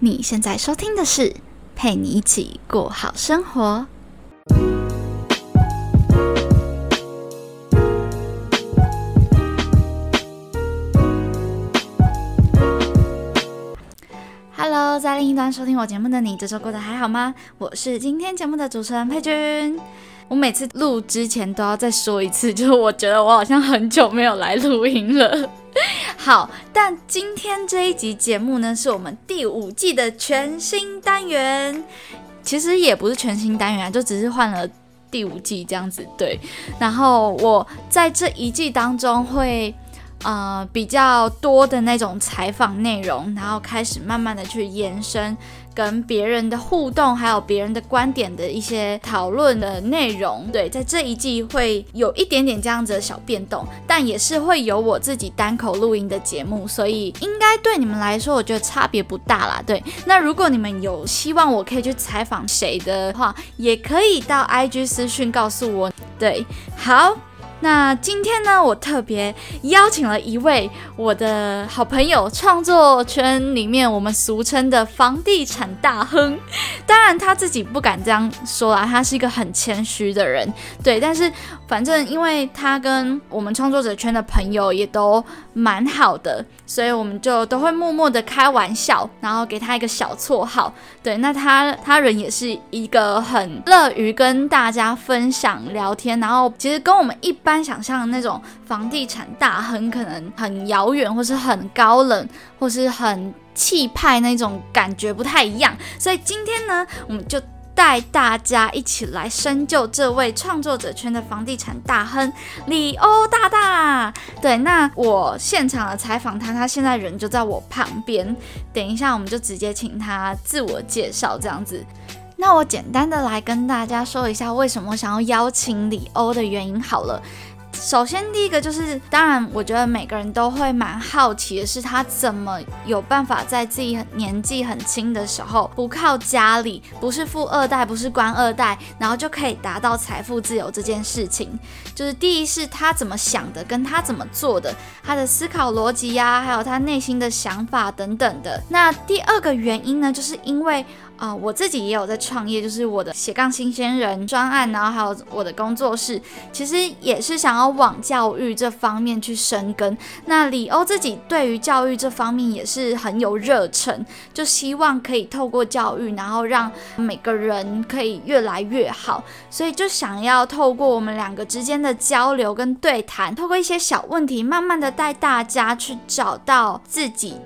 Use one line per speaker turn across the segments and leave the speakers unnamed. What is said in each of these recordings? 你现在收听的是《陪你一起过好生活》。Hello，在另一端收听我节目的你，这周过得还好吗？我是今天节目的主持人佩君。我每次录之前都要再说一次，就是我觉得我好像很久没有来录音了。好，但今天这一集节目呢，是我们第五季的全新单元。其实也不是全新单元啊，就只是换了第五季这样子。对，然后我在这一季当中会。呃，比较多的那种采访内容，然后开始慢慢的去延伸跟别人的互动，还有别人的观点的一些讨论的内容。对，在这一季会有一点点这样子的小变动，但也是会有我自己单口录音的节目，所以应该对你们来说，我觉得差别不大啦。对，那如果你们有希望我可以去采访谁的话，也可以到 IG 私讯告诉我。对，好。那今天呢，我特别邀请了一位我的好朋友，创作圈里面我们俗称的房地产大亨。当然他自己不敢这样说啦，他是一个很谦虚的人，对。但是反正因为他跟我们创作者圈的朋友也都蛮好的，所以我们就都会默默的开玩笑，然后给他一个小绰号。对，那他他人也是一个很乐于跟大家分享聊天，然后其实跟我们一。一般想象的那种房地产大亨，可能很遥远，或是很高冷，或是很气派那种感觉不太一样。所以今天呢，我们就带大家一起来深究这位创作者圈的房地产大亨李欧大大。对，那我现场的采访他，他现在人就在我旁边。等一下，我们就直接请他自我介绍，这样子。那我简单的来跟大家说一下，为什么想要邀请李欧的原因好了。首先，第一个就是，当然，我觉得每个人都会蛮好奇的是，他怎么有办法在自己年纪很轻的时候，不靠家里，不是富二代，不是官二代，然后就可以达到财富自由这件事情。就是第一是他怎么想的，跟他怎么做的，他的思考逻辑呀、啊，还有他内心的想法等等的。那第二个原因呢，就是因为。啊、呃，我自己也有在创业，就是我的斜杠新鲜人专案，然后还有我的工作室，其实也是想要往教育这方面去深耕。那李欧自己对于教育这方面也是很有热忱，就希望可以透过教育，然后让每个人可以越来越好，所以就想要透过我们两个之间的交流跟对谈，透过一些小问题，慢慢的带大家去找到自己。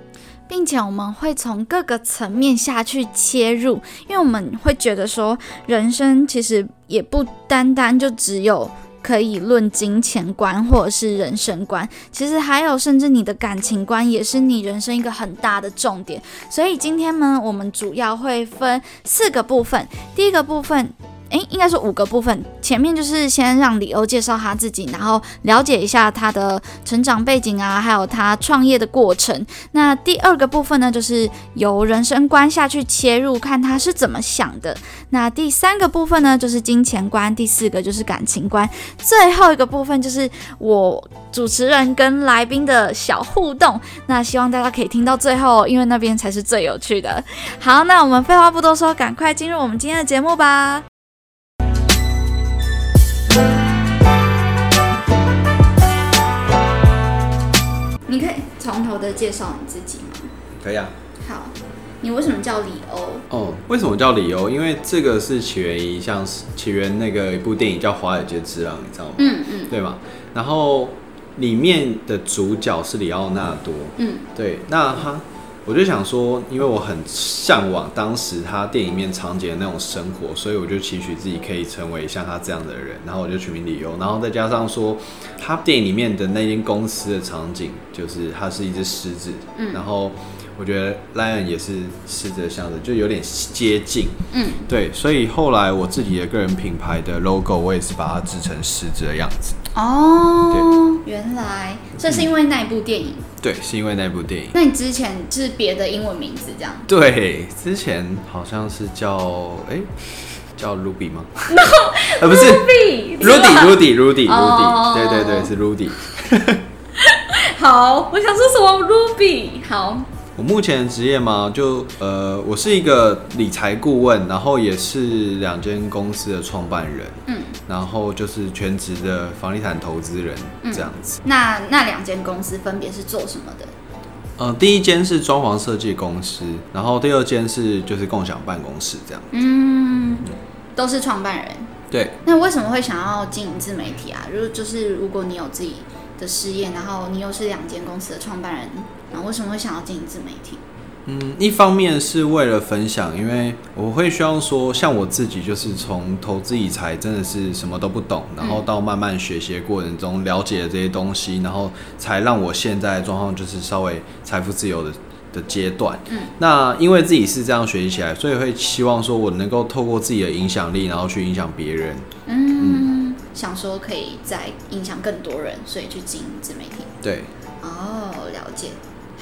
并且我们会从各个层面下去切入，因为我们会觉得说，人生其实也不单单就只有可以论金钱观或者是人生观，其实还有甚至你的感情观也是你人生一个很大的重点。所以今天呢，我们主要会分四个部分，第一个部分。诶，应该是五个部分。前面就是先让李欧介绍他自己，然后了解一下他的成长背景啊，还有他创业的过程。那第二个部分呢，就是由人生观下去切入，看他是怎么想的。那第三个部分呢，就是金钱观；第四个就是感情观；最后一个部分就是我主持人跟来宾的小互动。那希望大家可以听到最后，哦因为那边才是最有趣的。好，那我们废话不多说，赶快进入我们今天的节目吧。你可以从头的介绍你自己吗？
可以啊。
好，你为什么叫李欧？
哦，为什么叫李欧？因为这个是起源于像是起源那个一部电影叫《华尔街之狼》，你知道吗？
嗯嗯，
对吗？然后里面的主角是里奥纳多。
嗯，
对。那他，我就想说，因为我很向往当时他电影面场景的那种生活，所以我就期许自己可以成为像他这样的人。然后我就取名李欧，然后再加上说。他电影里面的那间公司的场景，就是它是一只狮子，
嗯
然后我觉得 lion 也是狮子的象征，就有点接近，
嗯，
对，所以后来我自己的个人品牌的 logo，我也是把它制成狮子的样子，
哦，原来这是因为那一部电影。
对，是因为那部电影，
那你之前是别的英文名字这样？
对，之前好像是叫哎、叫 Ruby 吗？呃，不是
Ruby
Rudy，Rudy，Rudy，Rudy，
哦
对对对，是 Rudy。
好，我想说什么 Ruby？好，
我目前的职业嘛，就呃，我是一个理财顾问，然后也是两间公司的创办人，
嗯，
然后就是全职的房地产投资人这样子。
那那两间公司分别是做什么的？
呃，第一间是装潢设计公司，然后第二间是就是共享办公室这样。
嗯，都是创办人。
对，
那为什么会想要经营自媒体啊？如就是如果你有自己的事业，然后你又是两间公司的创办人，然后为什么会想要经营自媒体？
嗯，一方面是为了分享，因为我会希望说，像我自己就是从投资理财真的是什么都不懂，然后到慢慢学习的过程中了解了这些东西，然后才让我现在的状况就是稍微财富自由的的阶段。
嗯，
那因为自己是这样学习起来，所以会希望说我能够透过自己的影响力，然后去影响别人。
嗯，想说可以再影响更多人，所以去经营自媒体。
对，
哦，了解。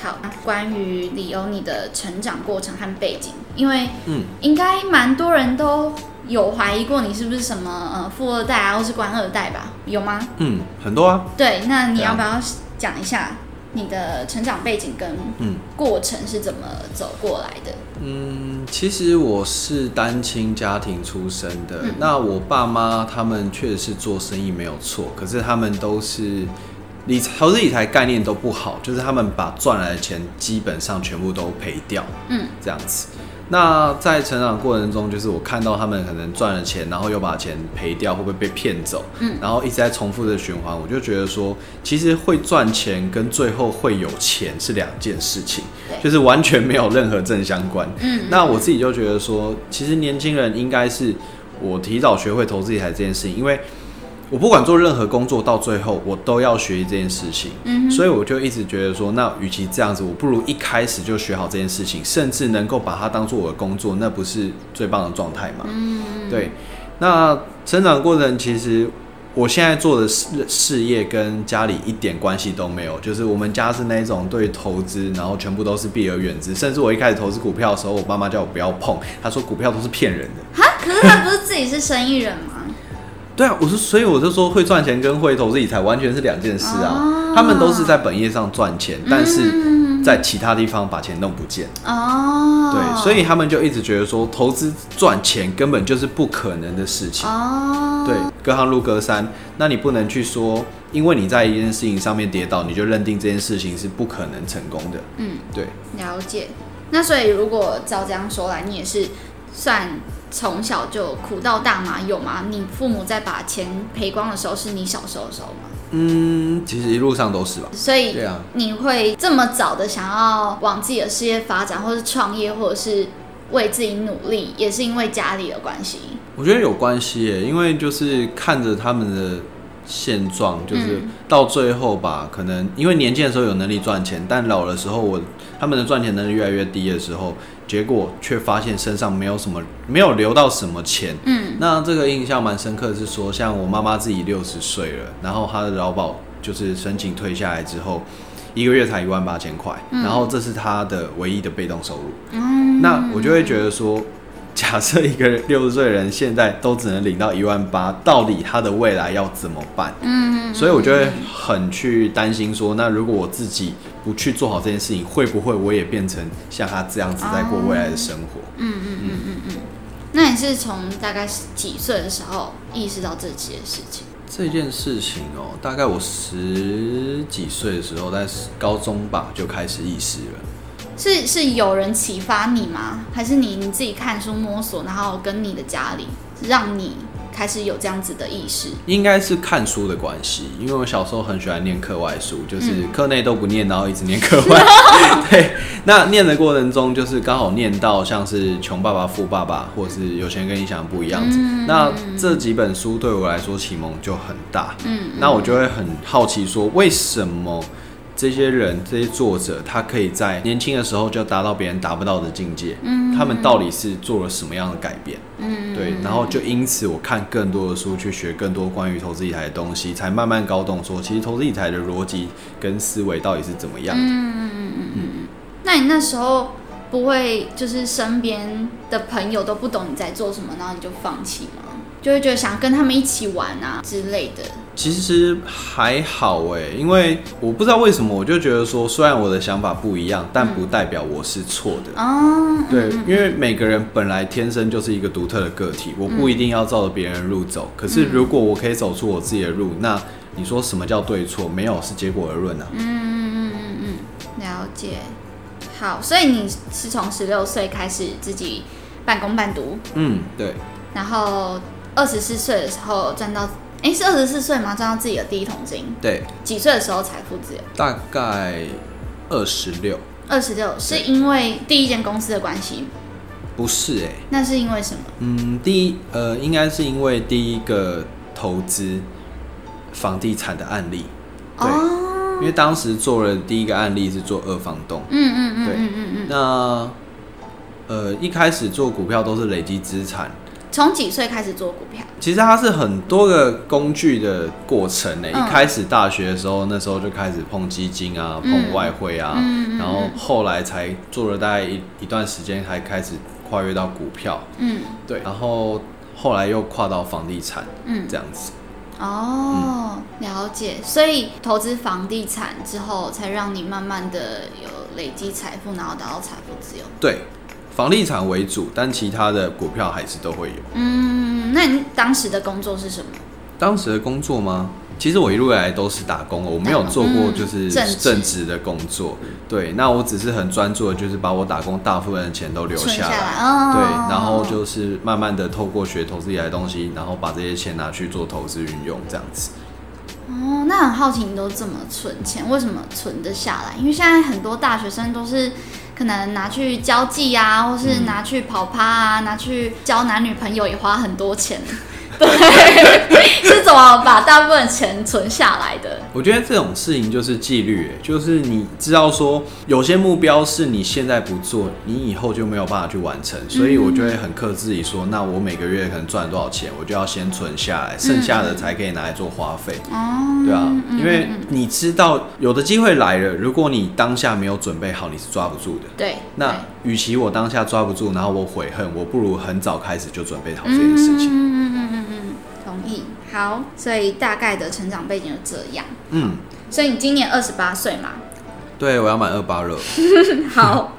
好，那关于李欧你的成长过程和背景，因为
嗯。
应该蛮多人都有怀疑过你是不是什么呃富二代啊，或是官二代吧？有吗？
嗯，很多啊，
对，那你
对啊
要不要讲一下你的成长背景跟
嗯
过程是怎么走过来的？
嗯，其实我是单亲家庭出身的，
嗯
那我爸妈他们确实是做生意没有错，可是他们都是理财投资理财概念都不好，就是他们把赚来的钱基本上全部都赔掉，
嗯，
这样子。那在成长过程中，就是我看到他们可能赚了钱，然后又把钱赔掉，会不会被骗走？
嗯
然后一直在重复的循环，我就觉得说，其实会赚钱跟最后会有钱是两件事情，
对
就是完全没有任何正相关。
嗯
那我自己就觉得说，其实年轻人应该是我提早学会投资理财这件事情，因为我不管做任何工作，到最后我都要学习这件事情。
嗯哼
所以我就一直觉得说，那与其这样子，我不如一开始就学好这件事情，甚至能够把它当做我的工作，那不是最棒的状态吗？
嗯，
对，那成长过程其实我现在做的事事业跟家里一点关系都没有，就是我们家是那一种对投资，然后全部都是避而远之，甚至我一开始投资股票的时候，我爸妈叫我不要碰，他说股票都是骗人的。
哈，可是他不是自己是生意人吗？
对啊，我是所以我就说会赚钱跟会投资理财完全是两件事啊，
哦
他们都是在本业上赚钱，但是
嗯
在其他地方把钱弄不见。
哦，
对，所以他们就一直觉得说投资赚钱根本就是不可能的事情。
哦，
对，隔行如隔山，那你不能去说，因为你在一件事情上面跌倒，你就认定这件事情是不可能成功的。
嗯，
对，
了解。那所以如果照这样说来，你也是算从小就苦到大吗？有吗？你父母在把钱赔光的时候，是你小时候的时候吗？
嗯，其实一路上都是吧。
所以
对啊
你会这么早的想要往自己的事业发展，或是创业，或者是为自己努力，也是因为家里的关系。
我觉得有关系耶，因为就是看着他们的现状，就是
嗯
到最后吧，可能因为年轻的时候有能力赚钱，但老的时候我他们的赚钱能力越来越低的时候，结果却发现身上没有什么，没有留到什么钱。
嗯
那这个印象蛮深刻的是说，像我妈妈自己六十岁了，然后她的劳保就是申请退下来之后，一个月才一万八千块，
嗯
然后这是她的唯一的被动收入。
嗯
那我就会觉得说，假设一个六十岁的人现在都只能领到一万八，到底他的未来要怎么办？
嗯
所以我就会很去担心说，那如果我自己不去做好这件事情，会不会我也变成像他这样子在过未来的生活？
嗯嗯嗯嗯嗯。那你是从大概几岁的时候意识到这些事情？
这件事情哦，大概我十几岁的时候，在高中吧就开始意识了。
是是有人启发你吗？还是你你自己看书摸索，然后跟你的家里让你开始有这样子的意识？
应该是看书的关系，因为我小时候很喜欢念课外书，就是
嗯
课内都不念，然后一直念课外。 对，那念的过程中，就是刚好念到像是《穷爸爸》《富爸爸》，或是有钱人跟你想的不一样子。
嗯
那这几本书对我来说启蒙就很大。
嗯，
那我就会很好奇说，为什么这些人、这些作者，他可以在年轻的时候就达到别人达不到的境界？嗯，他们到底是做了什么样的改变？
嗯，
对，然后就因此我看更多的书，去学更多关于投资理财的东西，才慢慢搞懂说，其实投资理财的逻辑跟思维到底是怎么样。
嗯那你那时候不会就是身边的朋友都不懂你在做什么，然后你就放弃吗？就会觉得想跟他们一起玩啊之类的。
其实还好哎、因为我不知道为什么，我就觉得说，虽然我的想法不一样，但不代表我是错的。
哦，
对，因为每个人本来天生就是一个独特的个
嗯
体，我不一定要照着别人的路走。可是如果我可以走出我自己的路，那你说什么叫对错？没有，是结果而论啊。
嗯嗯嗯嗯嗯，了解。好，所以你是从十六岁开始自己半工半读，
嗯，对，
然后二十四岁的时候赚到，哎、是二十四岁吗？赚到自己的第一桶金。
对，
几岁的时候财富自由？
大概二十六，
二十六，是因为第一间公司的关系吗，
不是哎、
那是因为什么？
嗯，第一，呃，应该是因为第一个投资房地产的案例，对，
哦，
因为当时做了第一个案例是做二房东，
嗯嗯嗯
对
嗯嗯嗯，
那呃一开始做股票都是累积资产，
从几岁开始做股票？
其实它是很多个工具的过程呢、欸
嗯
一开始大学的时候，那时候就开始碰基金啊，
嗯
碰外汇啊，
嗯嗯
然后后来才做了大概一一段时间，才开始跨越到股票，
嗯
对，然后后来又跨到房地产
嗯，
这样子。
哦，了解。所以投资房地产之后，才让你慢慢的有累积财富，然后达到财富自由。
对，房地产为主，但其他的股票还是都会有。
嗯，那你当时的工作是什么？
当时的工作吗？其实我一路以来都是打工，我没有做过就
嗯
是
正职
正职的工作。对，那我只是很专注的，就是把我打工大部分的钱都留
存
下来。
来，哦、
对，然后就是慢慢的透过学投资以来的东西，然后把这些钱拿去做投资运用，这样子。
哦，那很好奇你都怎么存钱？为什么存得下来？因为现在很多大学生都是可能拿去交际啊，或是拿去跑趴啊，拿去交男女朋友也花很多钱。对，是怎么把大部分钱存下来的？
我觉得这种事情就是纪律，欸就是你知道说有些目标是你现在不做，你以后就没有办法去完成，
嗯
所以我就会很克制自己说，那我每个月可能赚多少钱，我就要先存下
嗯
来，剩下的才可以拿来做花费。
哦，
对啊，因为你知道有的机会来了，如果你当下没有准备好，你是抓不住的。
对，
那
对
与其我当下抓不住，然后我悔恨，我不如很早开始就准备好这件事情。
嗯嗯嗯嗯嗯，同意。好，所以大概的成长背景就这样。
嗯，
所以你今年二十八岁嘛？
对，我要满二八了。
好，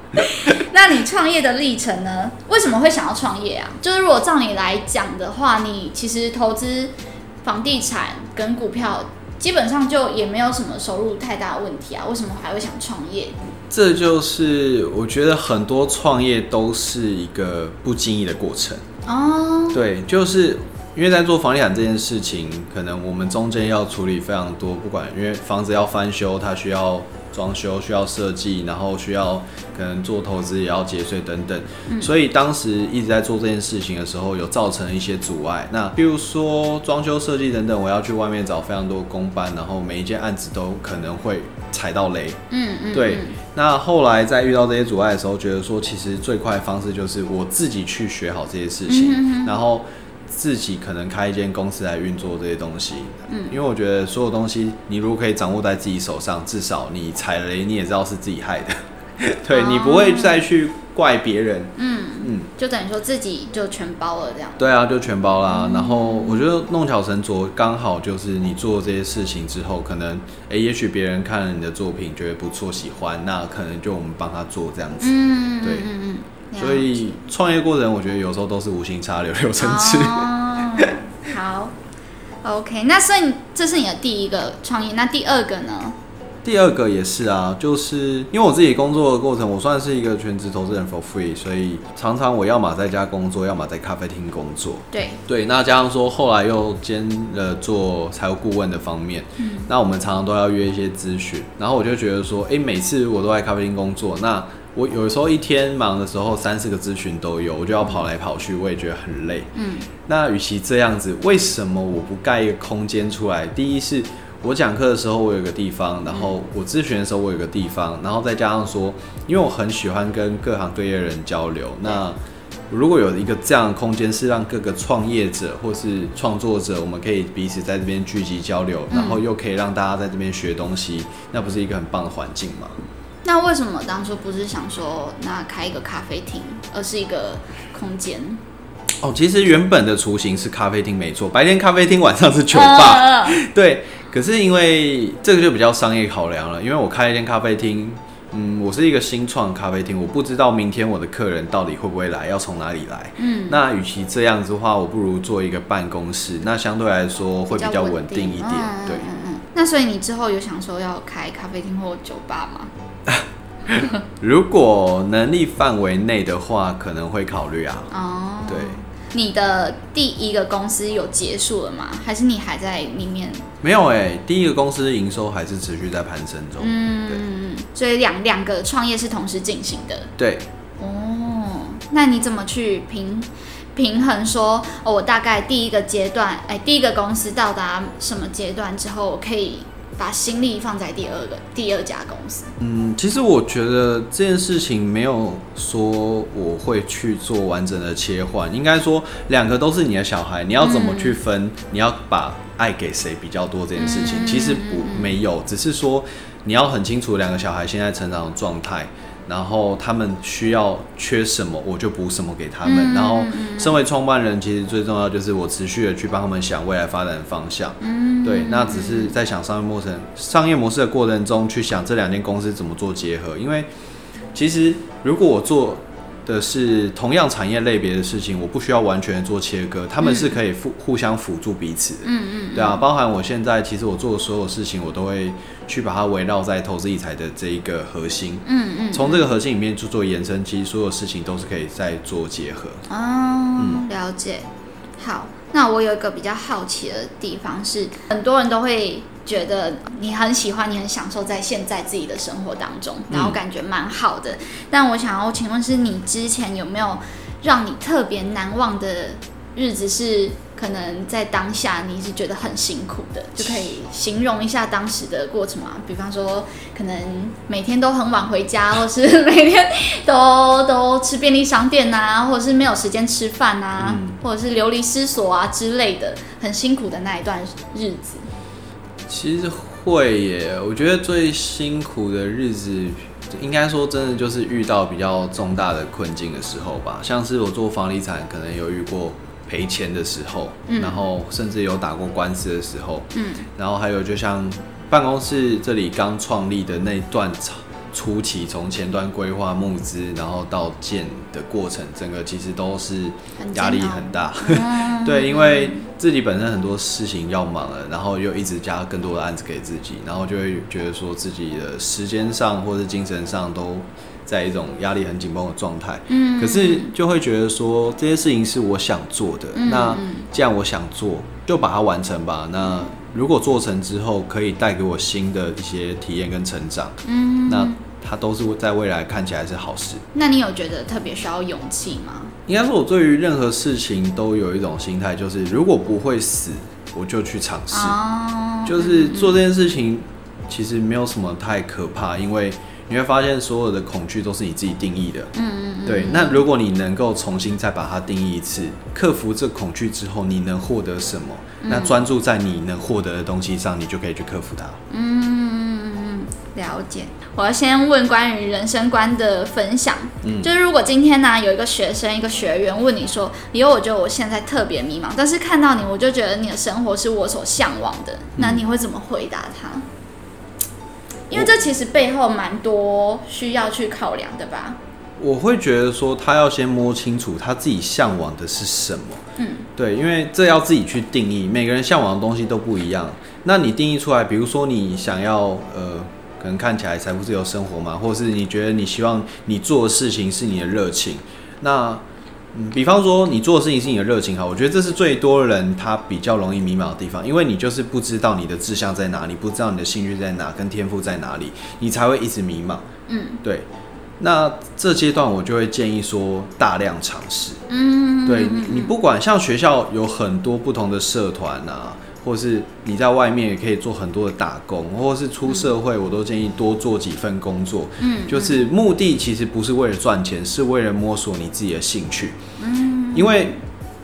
那你创业的历程呢？为什么会想要创业啊？就是如果照你来讲的话，你其实投资房地产跟股票，基本上就也没有什么收入太大的问题啊，为什么还会想创业？
这就是我觉得很多创业都是一个不经意的过程。
哦，
对，就是因为在做房地产这件事情，可能我们中间要处理非常多，不管因为房子要翻修，它需要装修，需要设计，然后需要可能做投资也要节税等等，所以当时一直在做这件事情的时候，有造成一些阻碍。那比如说装修设计等等，我要去外面找非常多公班，然后每一件案子都可能会踩到雷，
嗯嗯，
对
嗯，
那后来在遇到这些阻碍的时候，觉得说其实最快的方式就是我自己去学好这些事
嗯
情，然后自己可能开一间公司来运作这些东西。嗯，因为我觉得所有东西你如果可以掌握在自己手上，至少你踩雷你也知道是自己害 的，
哦
对你不会再去怪别人。
嗯就等于说自己就全包了这样。
对啊，就全包啦。
嗯
然后我觉得弄巧成拙，刚好就是你做这些事情之后，可能诶、也许别人看了你的作品觉得不错，喜欢，那可能就我们帮他做这样子。
嗯，
对
嗯嗯嗯，
所以创业过程，我觉得有时候都是无心插柳柳橙汁。
哦，好，OK，那所以你这是你的第一个创业，那第二个呢？
第二个也是啊，就是因为我自己工作的过程，我算是一个全职投资人 for free，所以常常我要么在家工作，要么在咖啡厅工作。
对，
对，那加上说后来又兼了做财务顾问的方面，那我们常常都要约一些咨询，然后我就觉得说，诶，每次我都在咖啡厅工作，那我有时候一天忙的时候三四个咨询都有，我就要跑来跑去，我也觉得很累。
嗯，
那与其这样子，为什么我不盖一个空间出来？第一是我讲课的时候我有个地方，然后我咨询的时候我有个地方，然后再加上说，因为我很喜欢跟各行各业的人交流，那。如果有一个这样的空间，是让各个创业者或是创作者，我们可以彼此在这边聚集交流，然后又可以让大家在这边学东西，那不是一个很棒的环境吗？
那为什么当初不是想说那开一个咖啡厅，而是一个空间？
哦，其实原本的雏形是咖啡厅没错，白天咖啡厅，晚上是酒吧。
吧，
对，可是因为这个就比较商业考量了，因为我开一间咖啡厅，嗯，我是一个新创咖啡厅，我不知道明天我的客人到底会不会来，要从哪里来。
嗯，
那与其这样子的话，我不如做一个办公室，那相对来说会比较稳定一点。
嗯
对
嗯，嗯嗯那所以你之后有想说要开咖啡厅或酒吧吗？
如果能力范围内的话，可能会考虑啊。
哦，
对，
你的第一个公司有结束了吗？还是你还在里面？
没有哎、第一个公司营收还是持续在攀升中。
嗯，所以两两个创业是同时进行的。
对，
哦，那你怎么去平平衡说，哦，我大概第一个阶段，哎，第一个公司到达什么阶段之后，我可以把心力放在第二个第二家公司？
嗯，其实我觉得这件事情没有说我会去做完整的切换，应该说两个都是你的小孩，你要怎么去分？你要把爱给谁比较多这件事情，其实不没有，只是说你要很清楚两个小孩现在成长的状态，然后他们需要缺什么，我就补什么给他们。然后，身为创办人，其实最重要就是我持续的去帮他们想未来发展的方向。嗯，对，那只是在想商业模式、商业模式的过程中去想这两间公司怎么做结合，因为其实如果我做。的是同样产业类别的事情，我不需要完全地做切割，他们是可以互互相辅助彼此的。
嗯嗯嗯，
对啊，包含我现在其实我做的所有事情，我都会去把它围绕在投资理财的这一个核心，
嗯嗯，
从这个核心里面去做延伸，其实所有事情都是可以再做结合。
哦，了解。好，那我有一个比较好奇的地方是，很多人都会觉得你很喜欢，你很享受在现在自己的生活当中，然后感觉蛮好的。但我想要请问，是你之前有没有让你特别难忘的日子是？可能在当下你是觉得很辛苦的，就可以形容一下当时的过程嘛。比方说，可能每天都很晚回家，或是 每天都都吃便利商店呐、或者是没有时间吃饭呐、
嗯
或者是流离失所啊之类的，很辛苦的那一段日子。
其实会耶，我觉得最辛苦的日子，应该说真的就是遇到比较重大的困境的时候吧，像是我做房地产，可能有遇过赔钱的时候，然后甚至有打过官司的时候，
嗯，
然后还有就像办公室这里刚创立的那段初期，从前端规划募资，然后到建的过程，整个其实都是
很煎
压力
熬
很大。
嗯
对，因为自己本身很多事情要忙了，然后又一直加更多的案子给自己，然后就会觉得说自己的时间上或是精神上都在一种压力很紧绷的状态。
嗯
可是就会觉得说这些事情是我想做的，
嗯
那
嗯
既然我想做，就把它完成吧。那如果做成之后可以带给我新的一些体验跟成长，
嗯，
那它都是在未来看起来是好事。
那你有觉得特别需要勇气吗？
应该说，我对于任何事情都有一种心态，就是如果不会死，我就去尝试。
哦，
就是做这件事情，其实没有什么太可怕，因为你会发现所有的恐惧都是你自己定义的。
嗯嗯
对，那如果你能够重新再把它定义一次，克服这恐惧之后，你能获得什么？
嗯
那专注在你能获得的东西上，你就可以去克服它。
嗯，了解。我要先问关于人生观的分享，
嗯
就是如果今天呢、有一个学生一个学员问你说，以后我觉得我现在特别迷茫，但是看到你我就觉得你的生活是我所向往
嗯
的，那你会怎么回答他？因为这其实背后蛮多需要去考量的吧。
我会觉得说，他要先摸清楚他自己向往的是什么。
嗯，
对，因为这要自己去定义，每个人向往的东西都不一样。那你定义出来，比如说你想要呃，可能看起来财富自由生活嘛，或者是你觉得你希望你做的事情是你的热情，那。嗯，比方说你做的事情是你的热情哈，我觉得这是最多人他比较容易迷茫的地方，因为你就是不知道你的志向在哪里，不知道你的兴趣在哪，跟天赋在哪里，你才会一直迷茫。
嗯
对，那这阶段我就会建议说大量尝试。
嗯，
对你你不管像学校有很多不同的社团啊，或是你在外面也可以做很多的打工，或是出社会，我都建议多做几份工作。
嗯，
就是目的其实不是为了赚钱，是为了摸索你自己的兴趣。嗯，因为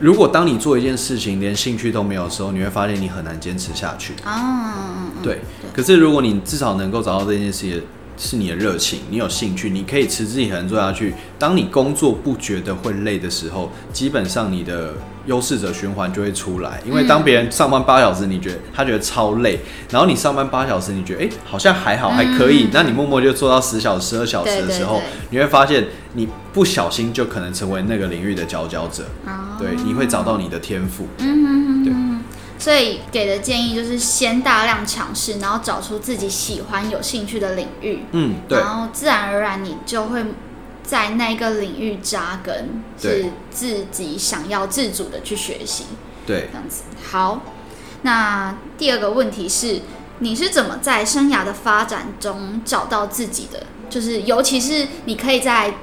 如果当你做一件事情连兴趣都没有的时候，你会发现你很难坚持下去。
啊，
对，可是如果你至少能够找到这件事情的是你的热情，你有兴趣，你可以持之以恒做下去。当你工作不觉得会累的时候，基本上你的优势者循环就会出来。因为当别人上班八小时，你觉得他觉得超累，然后你上班八小时，你觉得哎、诶好像还好，还可以，那你默默就做到十小时、十二
哦
小时的时候
嗯对对对，
你会发现你不小心就可能成为那个领域的佼佼者。
哦
对，你会找到你的天赋。
嗯哼
对
哼哼，所以给的建议就是先大量尝试，然后找出自己喜欢、有兴趣的领域，
嗯，对。
然后自然而然你就会在那个领域扎根，
对
是自己想要自主的去学习，
对
这，样子。好，那第二个问题是，你是怎么在生涯的发展中找到自己的？就是尤其是你可以在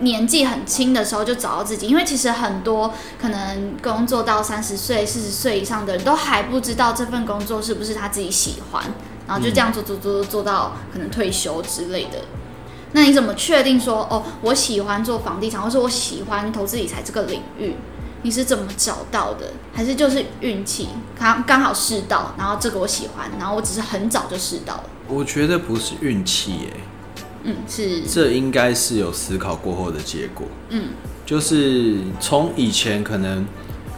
年纪很轻的时候就找到自己，因为其实很多可能工作到三十岁、四十岁以上的人都还不知道这份工作是不是他自己喜欢，然后就这样做做做做到可能退休之类的。那你怎么确定说哦，我喜欢做房地产，或是我喜欢投资理财这个领域？你是怎么找到的？还是就是运气，刚刚好试到，然后这个我喜欢，然后我只是很早就试到了。
我觉得不是运气耶，
嗯，是，
这应该是有思考过后的结果。
嗯，
就是从以前可能，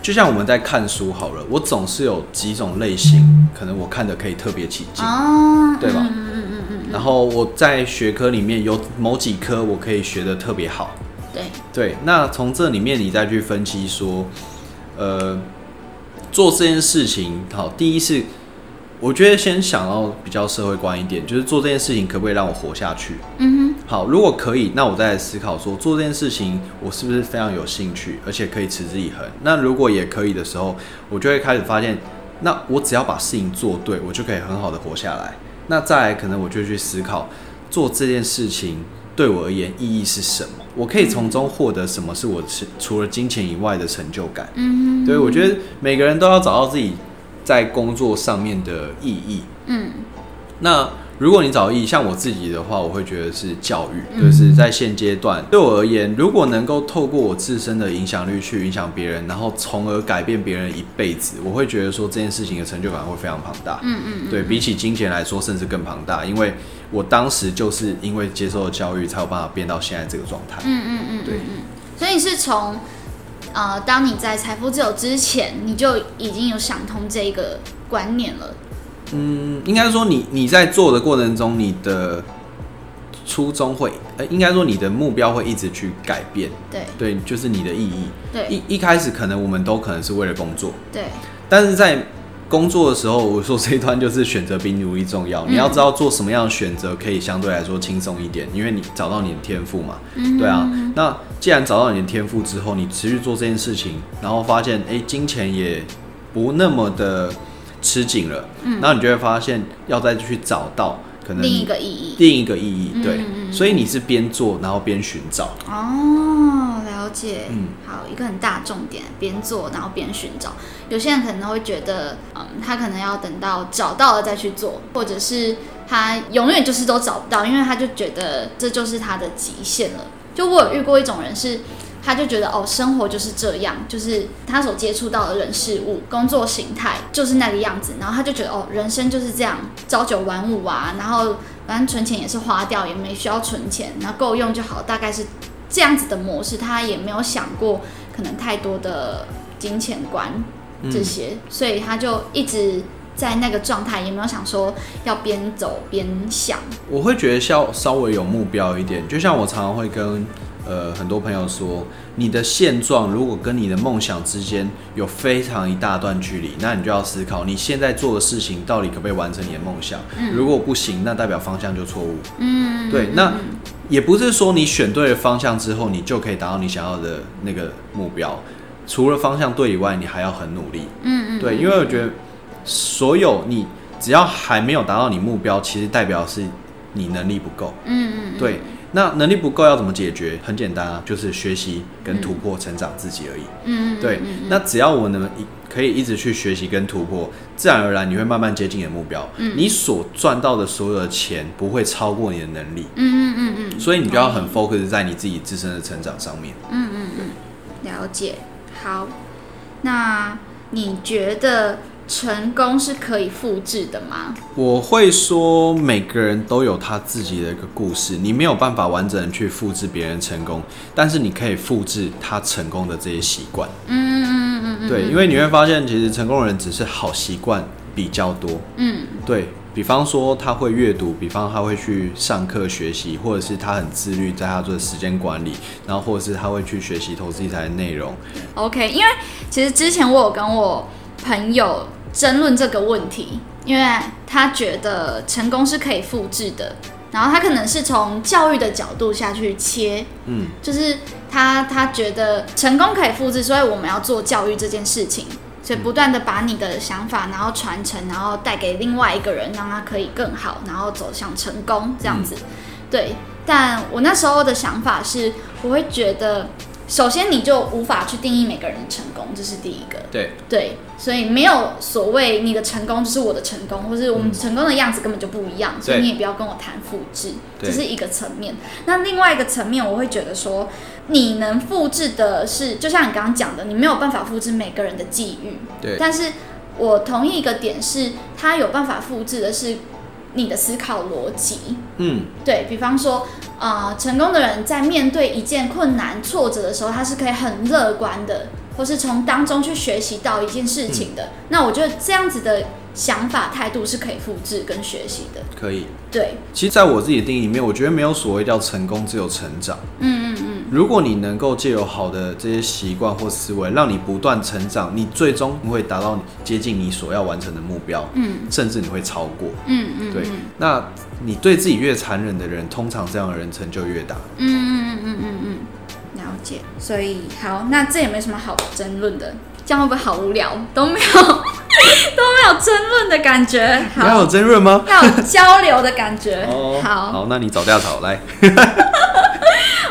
就像我们在看书好了，我总是有几种类型，可能我看的可以特别起劲。
哦，
对吧
嗯嗯嗯嗯
然后我在学科里面有某几科我可以学的特别好，
嗯，对，
对，那从这里面你再去分析说，呃，做这件事情，好，第一是，我觉得先想到比较社会观一点，就是做这件事情可不可以让我活下去？
嗯
好，如果可以，那我再来思考说做这件事情我是不是非常有兴趣，而且可以持之以恒。那如果也可以的时候，我就会开始发现，那我只要把事情做对，我就可以很好的活下来。那再来，可能我就去思考做这件事情对我而言意义是什么，我可以从中获得什么是我是除了金钱以外的成就感。
哼，嗯哼，
对，我觉得每个人都要找到自己在工作上面的意义。
嗯
那如果你找意义，像我自己的话，我会觉得是教
嗯
育，就是在现阶段对我而言，如果能够透过我自身的影响力去影响别人，然后从而改变别人一辈子，我会觉得说这件事情的成就感会非常庞大。
嗯嗯，
对比起金钱来说，甚至更庞大，因为我当时就是因为接受了教育，才有办法变到现在这个状态。
嗯嗯嗯嗯，
对
嗯，所以是从呃，当你在财富自由之前，你就已经有想通这个观念了。
嗯，应该说你你在做的过程中，你的初衷会，呃，应该说你的目标会一直去改变。
对
对，就是你的意义。
对
一一开始可能我们都可能是为了工作，
对，
但是在工作的时候，我说这一段就是选择比努力
嗯
重要。你要知道做什么样的选择可以相对来说轻松一点，因为你找到你的天赋嘛。
嗯
对啊，那既然找到你的天赋之后，你持续做这件事情，然后发现诶，金钱也不那么的吃紧了，嗯，然后你就会发现要再去找到可能
另一个意义。
另一个意义，对，
嗯嗯嗯
所以你是边做然后边寻找。
哦，了解。
嗯
好，一个很大重点，边做然后边寻找。有些人可能会觉得，嗯，他可能要等到找到了再去做，或者是他永远就是都找不到，因为他就觉得这就是他的极限了。就我有遇过一种人是。他就觉得哦，生活就是这样，就是他所接触到的人事物、工作形态就是那个样子，然后他就觉得哦，人生就是这样，朝九晚五啊，然后反正存钱也是花掉，也没需要存钱，然后够用就好，大概是这样子的模式，他也没有想过可能太多的金钱观这些，
嗯
所以他就一直在那个状态，也没有想说要边走边想。
我会觉得稍稍微有目标一点，就像我常常会跟呃很多朋友说，你的现状如果跟你的梦想之间有非常一大段距离，那你就要思考你现在做的事情到底可不可以完成你的梦想。如果不行，那代表方向就错误。
嗯，
对，那也不是说你选对了方向之后，你就可以达到你想要的那个目标。除了方向对以外，你还要很努力。
嗯嗯，
对，因为我觉得所有你只要还没有达到你目标，其实代表是你能力不够。
嗯嗯，
对，那能力不够要怎么解决？很简单啊，就是学习跟突破、成长自己而已。
嗯嗯嗯，
对，那只要我能一可以一直去学习跟突破，自然而然你会慢慢接近你的目标。
嗯
你所赚到的所有的钱不会超过你的能力，
嗯嗯嗯嗯。
所以你就要很 focus 在你自己自身的成长上面。
了解，好，那你觉得成功是可以复制的吗？
我会说，每个人都有他自己的一个故事，你没有办法完整的去复制别人成功，但是你可以复制他成功的这些习惯。
嗯嗯嗯嗯，
对，因为你会发现，其实成功的人只是好习惯比较多。
嗯
对比方说，他会阅读，比方他会去上课学习，或者是他很自律，在他做时间管理，然后或者是他会去学习投资理财的内容。
OK，因为其实之前我有跟我朋友争论这个问题，因为他觉得成功是可以复制的，然后他可能是从教育的角度下去切，
嗯，
就是他他觉得成功可以复制，所以我们要做教育这件事情，所以不断的把你的想法然后传承，然后带给另外一个人，让他可以更好，然后走向成功这样子。对，但我那时候的想法是，我会觉得。首先，你就无法去定义每个人的成功，这是第一个。
对，
对，所以没有所谓你的成功就是我的成功，或是我们成功的样子根本就不一样，所以
对
你也不要跟我谈复制，
对
这是一个层面。那另外一个层面，我会觉得说，你能复制的是，就像你刚刚讲的，你没有办法复制每个人的际遇，
对
但是我同意一个点是，他有办法复制的是你的思考逻辑，
嗯，
对比方说，呃，成功的人在面对一件困难、挫折的时候，他是可以很乐观的，或是从当中去学习到一件事情的。那我觉得这样子的想法、态度是可以复制跟学习的。
可以。
对，
其实，在我自己的定义里面，我觉得没有所谓叫成功，只有成长。
嗯嗯嗯，
如果你能够借由好的这些习惯或思维，让你不断成长，你最终会达到接近你所要完成的目标，
嗯，
甚至你会超过。
嗯嗯，
对，那你对自己越残忍的人，通常这样的人成就越大。
嗯嗯嗯嗯嗯，了解。所以好，那这也没什么好争论的，这样会不会好无聊？都没有 都没有争论的感觉，
你还
好，
有争论吗？。
要有交流的感觉好，
好，那你找调查来。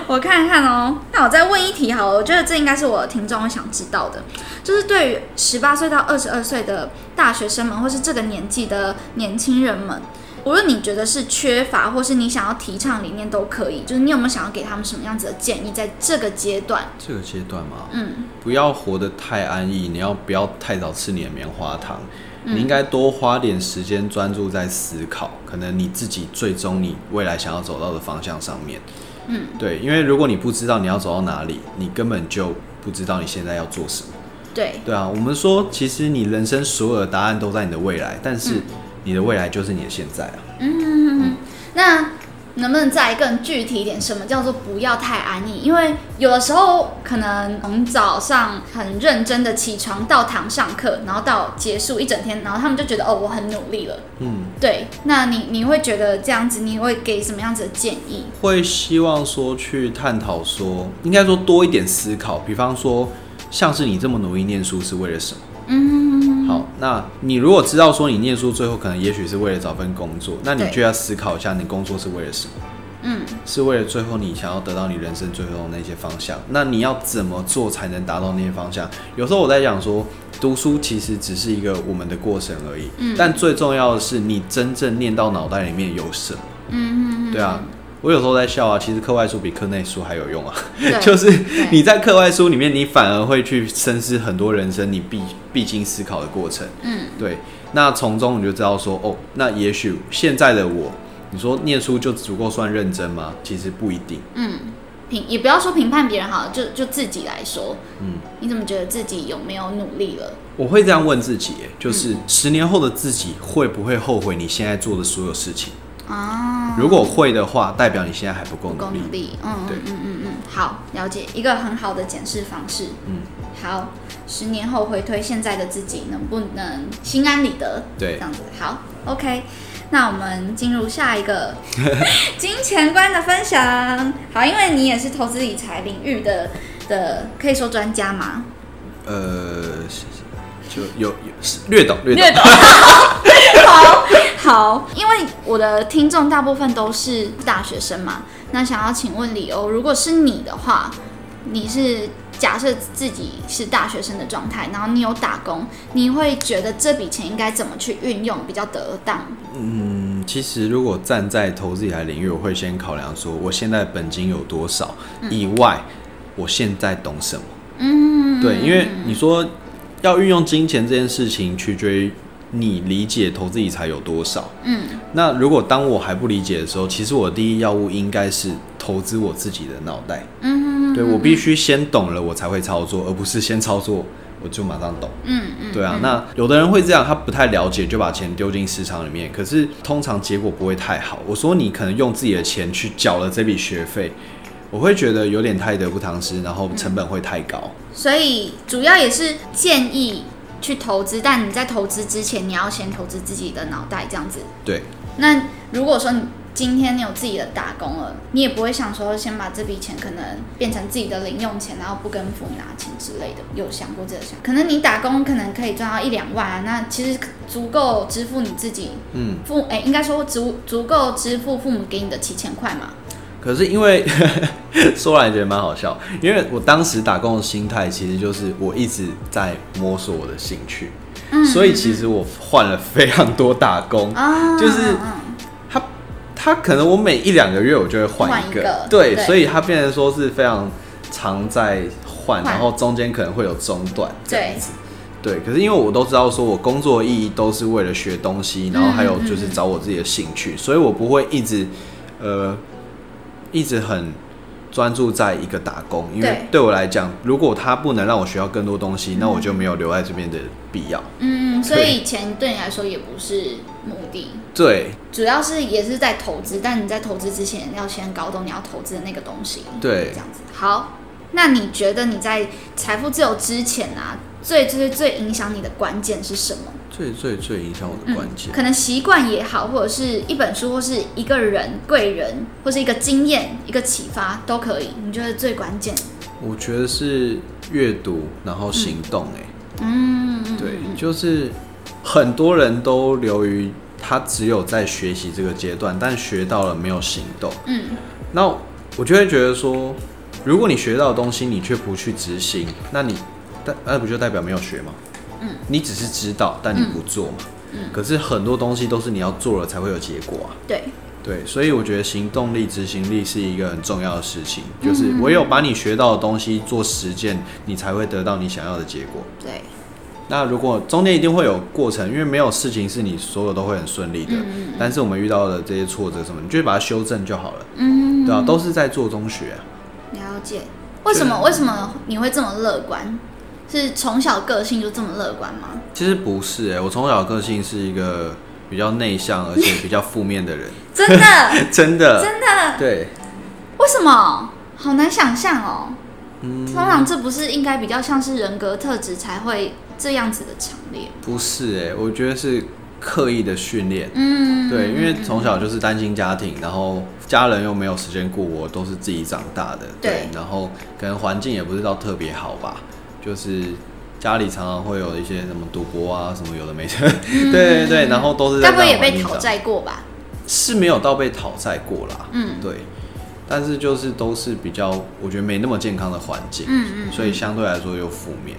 我看看哦。那我再问一题好了，我觉得这应该是我的听众会想知道的，就是对于十八岁到二十二岁的大学生们，或是这个年纪的年轻人们，无论你觉得是缺乏，或是你想要提倡理念都可以，就是你有没有想要给他们什么样子的建议，在这个阶段？
这个阶段嘛，
嗯
不要活得太安逸，你要不要太早吃你的棉花糖？
嗯
你应该多花点时间专注在思考，可能你自己最终你未来想要走到的方向上面。
嗯，
对，因为如果你不知道你要走到哪里，你根本就不知道你现在要做什么。
对，
对啊，我们说，其实你人生所有的答案都在你的未来，但是你的未来就是你的现在啊。
嗯，那能不能再更具体一点？什么叫做不要太安逸？因为有的时候可能从早上很认真的起床到堂上课，然后到结束一整天，然后他们就觉得哦，我很努力了。
嗯，
对，那你你会觉得这样子，你会给什么样子的建议？
会希望说去探讨说，应该说多一点思考，比方说，像是你这么努力念书是为了什么？
嗯，
好，那你如果知道说你念书最后可能也许是为了找份工作，那你
对
就要思考一下你工作是为了什么？
嗯
是为了最后你想要得到你人生最后的那些方向，那你要怎么做才能达到那些方向？有时候我在讲说，读书其实只是一个我们的过程而已，
嗯
但最重要的是你真正念到脑袋里面有什么，
嗯嗯，嗯
对啊。我有时候在笑啊，其实课外书比课内书还有用啊，
对，
就是你在课外书里面，你反而会去深思很多人生你必必经思考的过程。
嗯
对，那从中你就知道说，哦，那也许现在的我，你说念书就足够算认真吗？其实不一定。
嗯，评也不要说评判别人好了，就就自己来说，
嗯，
你怎么觉得自己有没有努力了？
我会这样问自己耶，就是
嗯
十年后的自己会不会后悔你现在做的所有事情？
啊，
如果会的话，代表你现在还不够
不够
努力
努。力，嗯，
对
嗯嗯嗯嗯，好，了解，一个很好的检视方式，
嗯，
好，十年后回推现在的自己，能不能心安理得？
对
这样子，好，OK，那我们进入下一 个金钱观的分享。好，因为你也是投资理财领域的的，可以说专家嘛，
呃，就有有略懂略懂。
略懂。 好好，因为我的听众大部分都是大学生嘛，那想要请问理由，如果是你的话，你是假设自己是大学生的状态，然后你有打工，你会觉得这笔钱应该怎么去运用比较得当？
嗯，其实如果站在投资理财领域，我会先考量说，我现在本金有多少，以外，我现在懂什么。
嗯，
对，因为你说要运用金钱这件事情，取决于你理解投资理财有多少。
嗯
那如果当我还不理解的时候，其实我的第一要务应该是投资我自己的脑袋。
嗯，
对我必须先懂了，我才会操作，而不是先操作我就马上懂。
嗯嗯，
对啊，那有的人会这样，他不太了解，就把钱丢进市场里面，可是通常结果不会太好。我说你可能用自己的钱去缴了这笔学费，我会觉得有点太得不偿失，然后成本会太高。
所以主要也是建议去投资，但你在投资之前，你要先投资自己的脑袋，这样子。
对，
那如果说你今天你有自己的打工了，你也不会想说先把这笔钱可能变成自己的零用钱，然后不跟父母拿钱之类的，有想过这个想？可能你打工可能可以赚到一两万、啊，那其实足够支付你自己
嗯，
父哎、应该说足足够支付父母给你的七千块 嘛。
可是因为 说来觉得蛮好笑，因为我当时打工的心态其实就是我一直在摸索我的兴趣，
嗯
所以其实我换了非常多打工，
啊，
就是
嗯
他他可能我每一两个月我就会换一
换一
个，
个
对，
对
所以他变成说是非常常在换，
换
然后中间可能会有中断这样
对
子。对，可是因为我都知道，说我工作的意义都是为了学东西，然后还有
嗯嗯嗯
就是找我自己的兴趣，所以我不会一直，呃，一直很专注在一个打工，因为
对
对我来讲，如果他不能让我学到更多东西，那我就没有留在这边的必要。
嗯，所以钱对你来说也不是目的，
对，
主要是也是在投资，但你在投资之前要先搞懂你要投资的那个东西。
对
这样子。好，那你觉得你在财富自由之前啊，最最最影响你的关键是什么？
最最最影响我
嗯
的关键，
可能习惯也好，或者是一本书，或是一个人、贵人，或是一个经验、一个启发都可以。你觉得最关键？
我觉得是阅读，然后行动、欸。
嗯，嗯
对，就是很多人都流于他只有在学习这个阶段，但学到了没有行动。
嗯，
那我就会觉得说，如果你学到的东西你却不去执行，那你代那不就代表没有学吗？
嗯，
你只是知道，但你不做嘛。
嗯
可是很多东西都是你要做了才会有结果啊。
对，
对，所以我觉得行动力、执行力是一个很重要的事情，就是
嗯
唯有把你学到的东西做实践，你才会得到你想要的结果。
对，
那如果中间一定会有过程，因为没有事情是你所有都会很顺利的。
嗯
但是我们遇到的这些挫折什么，你就把它修正就好了，
嗯，
对啊，都是在做中学啊、
了解。为什么？为什么你会这么乐观？是从小个性就这么乐观 吗？
其实不是哎、我从小个性是一个比较内向而且比较负面的人，
真的，
真的，
真的，
对，
为什么？好难想象哦。
嗯
通常这不是应该比较像是人格特质才会这样子的强烈？
不是哎、我觉得是刻意的训练。
嗯，
对，因为从小就是单亲家庭，然后家人又没有时间顾我，都是自己长大的。
对
然后可能环境也不是到特别好吧，就是家里常常会有一些什么赌博啊，什么有的没的。对对对，然后都是
嗯
在
该不会也
这样的环
被
境
讨
长，
债过吧？
是没有到被讨债过啦。
嗯
对，但是就是都是比较，我觉得没那么健康的环境。
嗯嗯，
所以相对来说又负面。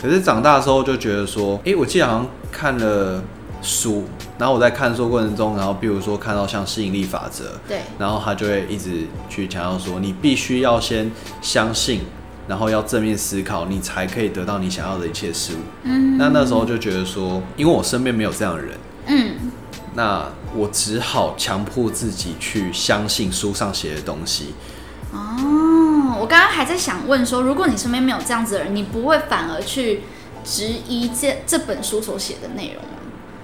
可是长大的时候就觉得说，诶，我记得好像看了书，然后我在看书过程中，然后比如说看到像吸引力法则，
对，
然后他就会一直去强调说，你必须要先相信，然后要正面思考，你才可以得到你想要的一切事物。
嗯
那那时候就觉得说，因为我身边没有这样的人，
嗯，
那我只好强迫自己去相信书上写的东西。
哦，我刚刚还在想问说，如果你身边没有这样子的人，你不会反而去质疑这这本书所写的内容吗？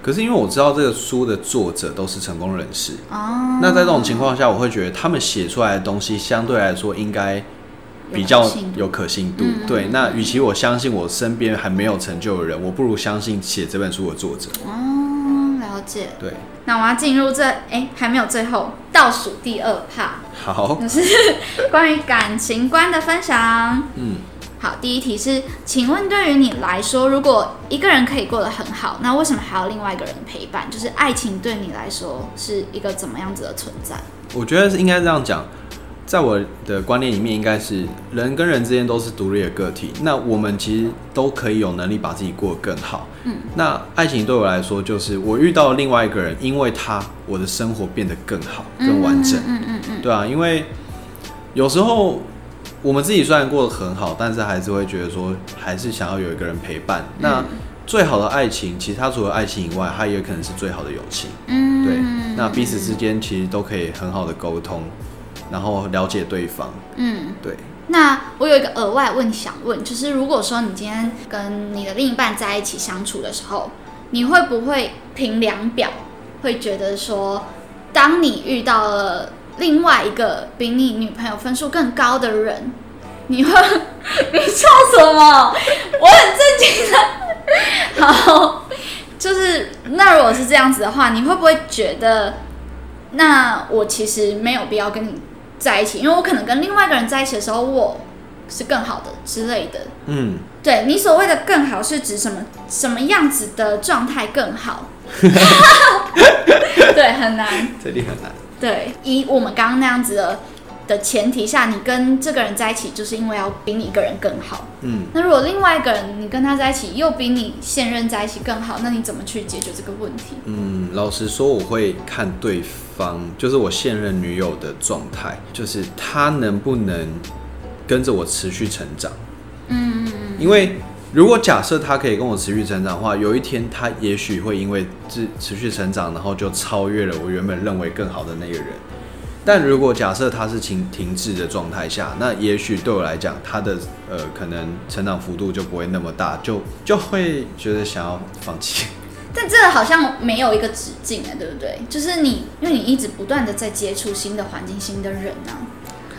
可是因为我知道这个书的作者都是成功人士，
哦，
那在这种情况下，我会觉得他们写出来的东西相对来说应该比
有
较
可信度
有可信度。
嗯嗯
对，那与其我相信我身边还没有成就的人，我不如相信写这本书的作者。
哦，了解。
对，
那我要进入这哎还没有最后倒数第二趴，
好，
关于感情观的分享。
嗯，
好，第一题是，请问对于你来说，如果一个人可以过得很好，那为什么还要另外一个人陪伴？就是爱情对你来说是一个怎么样子的存在？
我觉得是应该这样讲。在我的观念里面，应该是人跟人之间都是独立的个体。那我们其实都可以有能力把自己过得更好。
嗯，
那爱情对我来说，就是我遇到另外一个人，因为他，我的生活变得更好、更完整。
嗯嗯嗯嗯
对啊，因为有时候我们自己虽然过得很好，但是还是会觉得说，还是想要有一个人陪伴。
嗯
那最好的爱情，其实它除了爱情以外，它也可能是最好的友情。
嗯，
对，那彼此之间其实都可以很好的沟通，然后了解对方。
嗯，
对，
那我有一个额外问想问，就是如果说你今天跟你的另一半在一起相处的时候，你会不会凭量表会觉得说，当你遇到了另外一个比你女朋友分数更高的人，你会你笑什么？我很震惊的。好，就是那如果是这样子的话，你会不会觉得，那我其实没有必要跟你在一起，因为我可能跟另外一个人在一起的时候，我是更好的之类的。
嗯，
对你所谓的更好是指什么什么样子的状态更好？对，很难。
这里很难。
对，以我们刚刚那样子的的前提下，你跟这个人在一起，就是因为要比你一个人更好。
嗯，
那如果另外一个人你跟他在一起又比你现任在一起更好，那你怎么去解决这个问题？
嗯，老实说，我会看对方，就是我现任女友的状态，就是她能不能跟着我持续成长。嗯，因为如果假设她可以跟我持续成长的话，有一天她也许会因为持持续成长，然后就超越了我原本认为更好的那个人。但如果假设她是停停滞的状态下，那也许对我来讲，她的呃可能成长幅度就不会那么大，就就会觉得想要放弃。
但这个好像没有一个止境哎，对不对？就是你，因为你一直不断的在接触新的环境、新的人啊。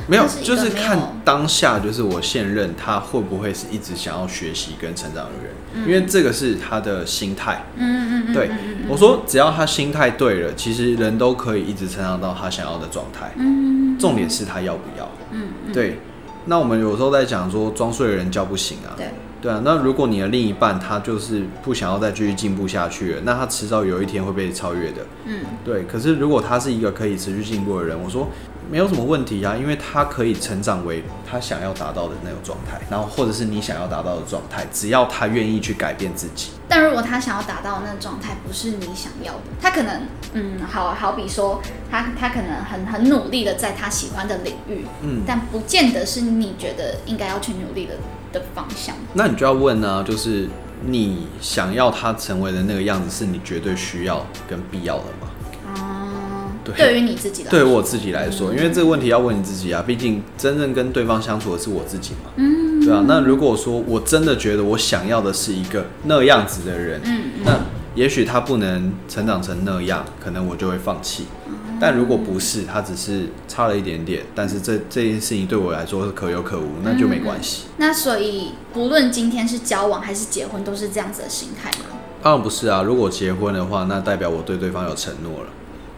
没有
但是，一个
就是
没有
看当下，就是我现任他会不会是一直想要学习跟成长的人，
嗯
因为这个是他的心态。
嗯嗯嗯，
对，我说只要他心态对了，其实人都可以一直成长到他想要的状态。
嗯
重点是他要不要。
嗯嗯，
对，那我们有时候在讲说装睡的人叫不醒啊。
对，
对啊，那如果你的另一半他就是不想要再继续进步下去了，那他迟早有一天会被超越的。
嗯
对，可是如果他是一个可以持续进步的人，我说没有什么问题啊，因为他可以成长为他想要达到的那种状态，然后或者是你想要达到的状态，只要他愿意去改变自己。
但如果他想要达到的那个状态不是你想要的，他可能，嗯，好好比说，他他可能很很努力的在他喜欢的领域，
嗯，
但不见得是你觉得应该要去努力的的方向。
那你就要问呢、就是你想要他成为的那个样子，是你绝对需要跟必要的吗？
哦、
对
对于你自己来说，
对我自己来说，因为这个问题要问你自己啊，毕竟真正跟对方相处的是我自己嘛。嗯，对啊。那如果说我真的觉得我想要的是一个那样子的人，
嗯
那也许他不能成长成那样，可能我就会放弃。
哦
但如果不是，他只是差了一点点，但是这这件事情对我来说是可有可无，那就没关系。
那所以不论今天是交往还是结婚，都是这样子的心态吗？
当然不是啊，如果结婚的话，那代表我对对方有承诺了，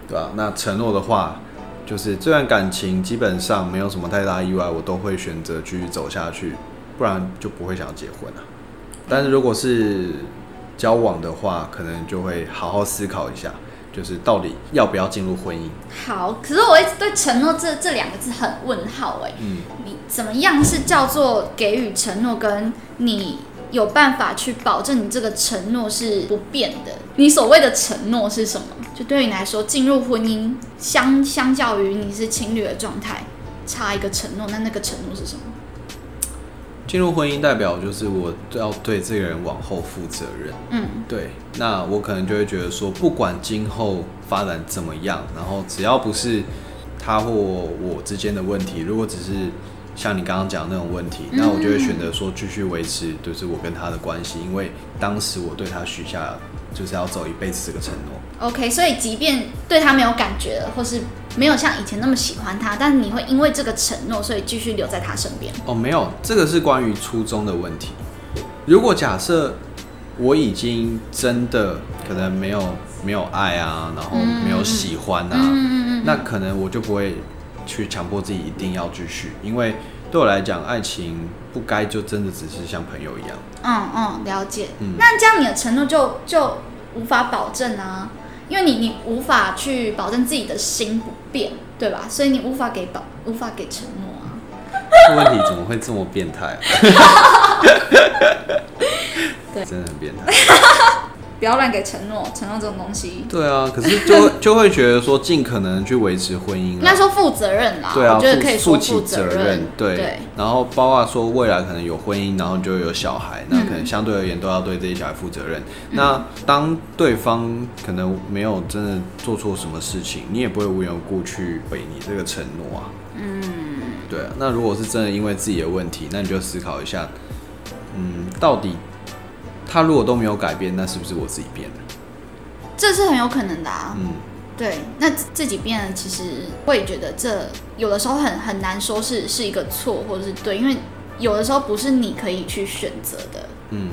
对吧、那承诺的话，就是这段感情基本上没有什么太大意外，我都会选择继续走下去，不然就不会想要结婚啊。但是如果是交往的话，可能就会好好思考一下，就是到底要不要进入婚姻。
好，可是我一直对承诺这这两个字很问号哎、
嗯，
你怎么样是叫做给予承诺，跟你有办法去保证你这个承诺是不变的？你所谓的承诺是什么？就对于你来说，进入婚姻相相较于你是情侣的状态，差一个承诺，那那个承诺是什么？
进入婚姻代表就是我要对这个人往后负责任。
嗯
对，那我可能就会觉得说，不管今后发展怎么样，然后只要不是他或我之间的问题，如果只是像你刚刚讲的那种问题，那我就会选择说继续维持，就是我跟他的关系，因为当时我对他许下就是要走一辈子这个承诺。
，OK，所以即便对他没有感觉了，或是没有像以前那么喜欢他，但你会因为这个承诺，所以继续留在他身边。
哦，没有，这个是关于初衷的问题。如果假设我已经真的可能没有没有爱啊，然后没有喜欢啊，
嗯嗯嗯
那可能我就不会去强迫自己一定要继续，因为对我来讲，爱情不该就真的只是像朋友一样。
嗯嗯，了解。
嗯
那这样你的承诺就就无法保证啊，因为你你无法去保证自己的心不变，对吧？所以你无法给保，无法给承诺啊。
这问题怎么会这么变态、啊？
对
真的很变态。
不要乱给承诺，承诺这种东西
对啊，可是就会就会觉得说，尽可能去维持婚姻啊
应
啦
该。说负责任啦。
对啊，
我觉得可以
负
说
负起
负
责
任。
对。
对
然后包括说未来可能有婚姻，然后就有小孩，那
嗯
可能相对而言都要对这些小孩负责任。那当对方可能没有真的做错什么事情，你也不会无缘无故去毁你这个承诺啊。嗯。对啊，那如果是真的因为自己的问题，那你就思考一下，嗯，到底他如果都没有改变，那是不是我自己变的？
这是很有可能的啊。
嗯。
对，那自自己变了，其实会觉得这有的时候很很难说是是一个错或者是对，因为有的时候不是你可以去选择的，
嗯，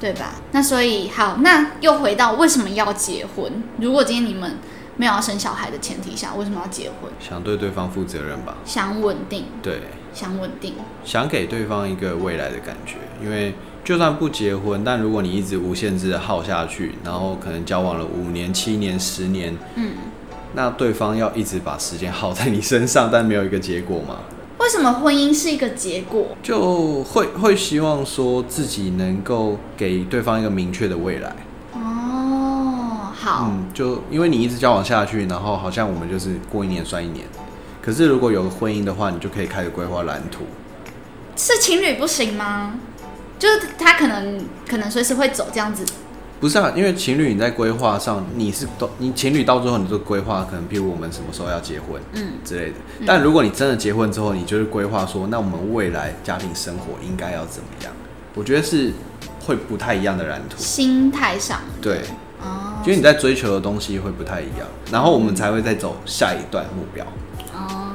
对吧？那所以好，那又回到为什么要结婚？如果今天你们没有要生小孩的前提下，为什么要结婚？
想对对方负责任吧。
想稳定，
对，
想稳定，
想给对方一个未来的感觉，因为就算不结婚，但如果你一直无限制的耗下去，然后可能交往了五年、七年、十年，
嗯。
那对方要一直把时间耗在你身上， 但没有一个结果嘛，
为什么婚姻是一个结果？
就会会希望说自己能够给对方一个明确的未来。
哦，好，
嗯，就因为你一直交往下去，然后好像我们就是过一年算一年。可是如果有婚姻的话，你就可以开始规划蓝图。
是情侣不行吗？就是他可能可能随时会走这样子，
不是啊，因为情侣你在规划上，你是都你情侣到最后你就规划，可能譬如我们什么时候要结婚
嗯，
之类的。但如果你真的结婚之后，你就是规划说，那我们未来家庭生活应该要怎么样？我觉得是会不太一样的蓝图，
心态上
对，
哦
因为你在追求的东西会不太一样，然后我们才会再走下一段目标。
哦。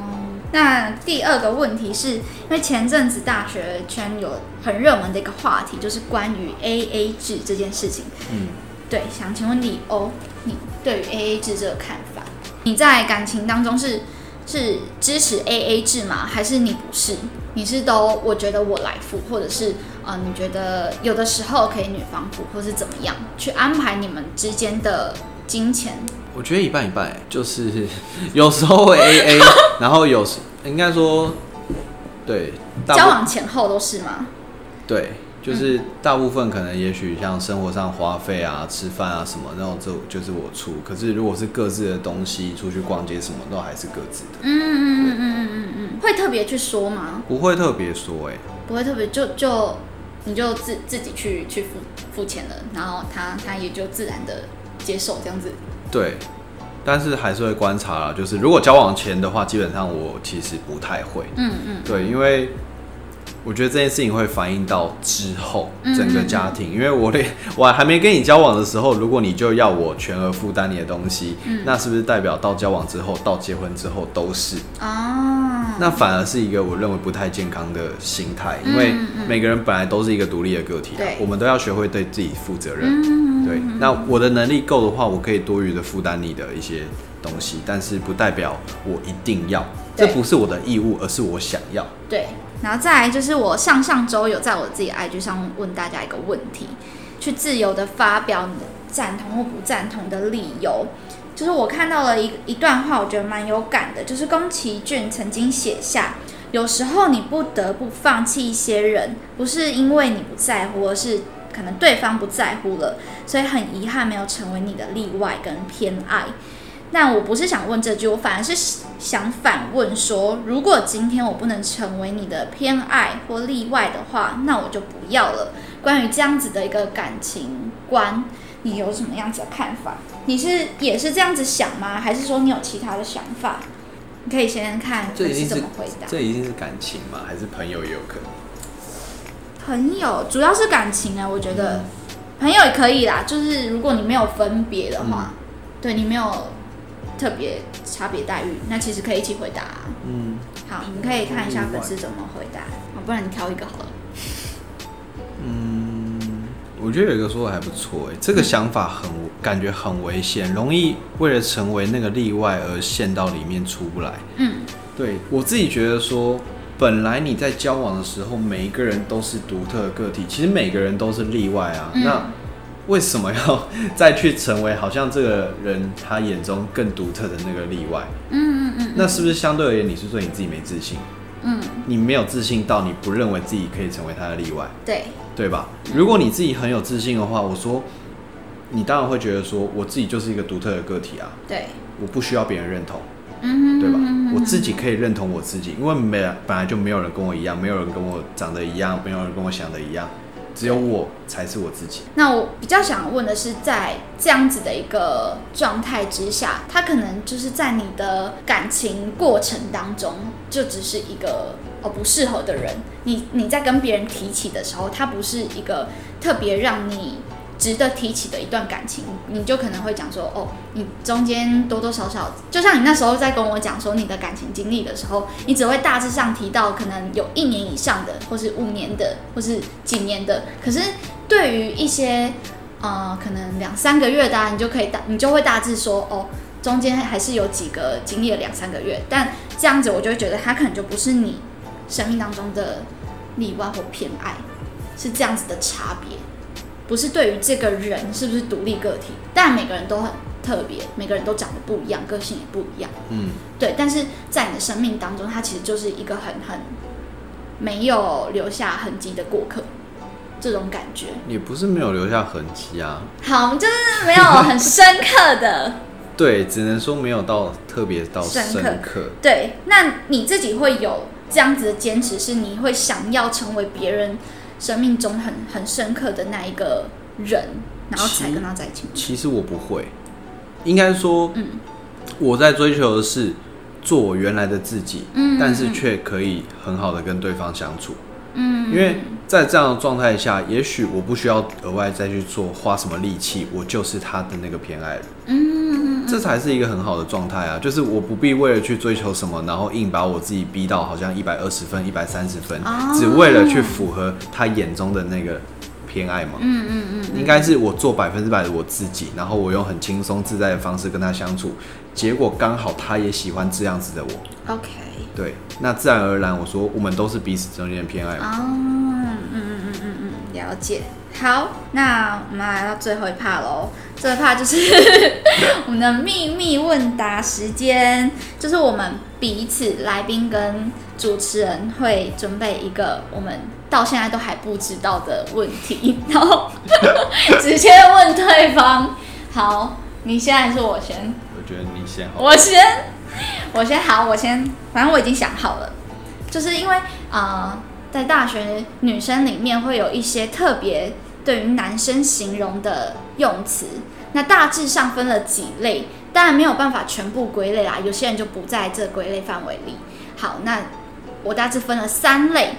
那第二个问题是因为前阵子大学圈有很热门的一个话题，就是关于 AA 制这件事情。
嗯，
对，想请问李欧，你对于 AA 制这个看法？你在感情当中是是支持 AA 制吗？还是你不是？你是都我觉得我来付，或者是呃，你觉得有的时候可以女方付，或是怎么样去安排你们之间的金钱？
我觉得一半一半欸，就是 有时候会 A A，然后有时应该说对大部
交往前后都是吗？
对，就是
嗯
大部分可能也许像生活上花费啊、吃饭啊什么，那种就就是我出。可是如果是各自的东西，出去逛街什么，都还是各自的，
嗯嗯嗯嗯嗯嗯嗯，会特别去说吗？
不会特别说哎、
不会特别就就你就自自己去去付付钱了，然后他他也就自然的接受这样子。
对，但是还是会观察啦。就是如果交往前的话，基本上我其实不太会。
嗯嗯
对，因为我觉得这件事情会反映到之后
嗯
整个家庭，因为我连我还没跟你交往的时候，如果你就要我全额负担你的东西，
嗯
那是不是代表到交往之后、到结婚之后都是？
啊，
那反而是一个我认为不太健康的心态，
嗯
因为
嗯嗯
每个人本来都是一个独立的个体、啊
对，
我们都要学会对自己负责任。
嗯
对，那我的能力够的话，我可以多余的负担你的一些东西，但是不代表我一定要，这
对
不是我的义务，而是我想要。
对，然后再来就是我上上周有在我自己的 IG 上问大家一个问题，去自由的发表你的赞同或不赞同的理由。就是我看到了一一段话，我觉得蛮有感的，就是宫崎骏曾经写下：有时候你不得不放弃一些人，不是因为你不在乎，而是可能对方不在乎了，所以很遗憾没有成为你的例外跟偏爱。那我不是想问这句，我反而是想反问说，如果今天我不能成为你的偏爱或例外的话，那我就不要了。关于这样子的一个感情观，你有什么样子的看法？你是也是这样子想吗？还是说你有其他的想法？你可以先看
这
我
一定
是
是
怎么回答。
这一定是感情吗？还是朋友也有可能？
朋友主要是感情啊，我觉得、朋友也可以啦，就是如果你没有分别的话，对你没有特别差别待遇，那其实可以一起回答啊、
嗯，
好，你可以看一下粉丝怎么回答，哦不然你挑一个好了。
我觉得有一个说的还不错，哎，这
嗯
个想法很感觉很危险，容易为了成为那个例外而陷到里面出不来。
嗯，
对我自己觉得说，本来你在交往的时候，每一个人都是独特的个体，其实每个人都是例外啊。
嗯
那为什么要再去成为好像这个人他眼中更独特的那个例外？
嗯嗯嗯
那是不是相对而言，你是对你自己没自信？
嗯，
你没有自信到你不认为自己可以成为他的例外，
对，
对吧？如果你自己很有自信的话，我说你当然会觉得说，我自己就是一个独特的个体啊，
对，
我不需要别人认同，
嗯哼，
对吧
嗯哼？
我自己可以认同我自己，因为没本来就没有人跟我一样，没有人跟我长得一样，没有人跟我想的一样，只有我才是我自己。
那我比较想问的是，在这样子的一个状态之下，他可能就是在你的感情过程当中，就只是一个哦不适合的人。你你在跟别人提起的时候，他不是一个特别让你值得提起的一段感情，你就可能会讲说哦，你中间多多少少，就像你那时候在跟我讲说你的感情经历的时候，你只会大致上提到可能有一年以上的，或是五年的，或是几年的，可是。对于一些呃可能两三个月的、啊，你就可以大你就会大致说哦，中间还是有几个经历了两三个月，但这样子我就会觉得他可能就不是你生命当中的例外或偏爱，是这样子的差别，不是对于这个人是不是独立个体，但每个人都很特别，每个人都长得不一样，个性也不一样。
嗯，
对，但是在你的生命当中，它其实就是一个很很没有留下痕迹的过客，这种感觉。
也不是没有留下痕迹啊，
好，就是没有很深刻的。
对，只能说没有到特别到
深刻
深刻。
对，那你自己会有这样子的坚持，是你会想要成为别人生命中很很深刻的那一个人，然后才跟他在一起吗。
其实我不会，应该说，
嗯
我在追求的是做我原来的自己，
嗯
但是却可以很好的跟对方相处。
嗯，
因为在这样的状态下，也许我不需要额外再去做花什么力气，我就是他的那个偏爱了，
嗯嗯
这才是一个很好的状态啊！就是我不必为了去追求什么，然后硬把我自己逼到好像一百二十分、一百三十分
哦，
只为了去符合他眼中的那个偏爱嘛。
嗯嗯嗯，
应该是我做百分之百的我自己，然后我用很轻松自在的方式跟他相处，结果刚好他也喜欢这样子的我，
OK。
对，那自然而然我说我们都是彼此中间的偏爱嘛，
哦，嗯嗯嗯嗯嗯，了解。好，那我们来到最后一趴喽。最后一趴就是我们的秘密问答时间，就是我们彼此来宾跟主持人会准备一个我们到现在都还不知道的问题， 然后直接问对方。好，你现在还是我先？
我觉得你先好，
我先，我先好，我先，反正我已经想好了，就是因为呃，在大学女生里面会有一些特别对于男生形容的用词，那大致上分了几类，当然没有办法全部归类啦，有些人就不在这归类范围里。好，那我大致分了三类，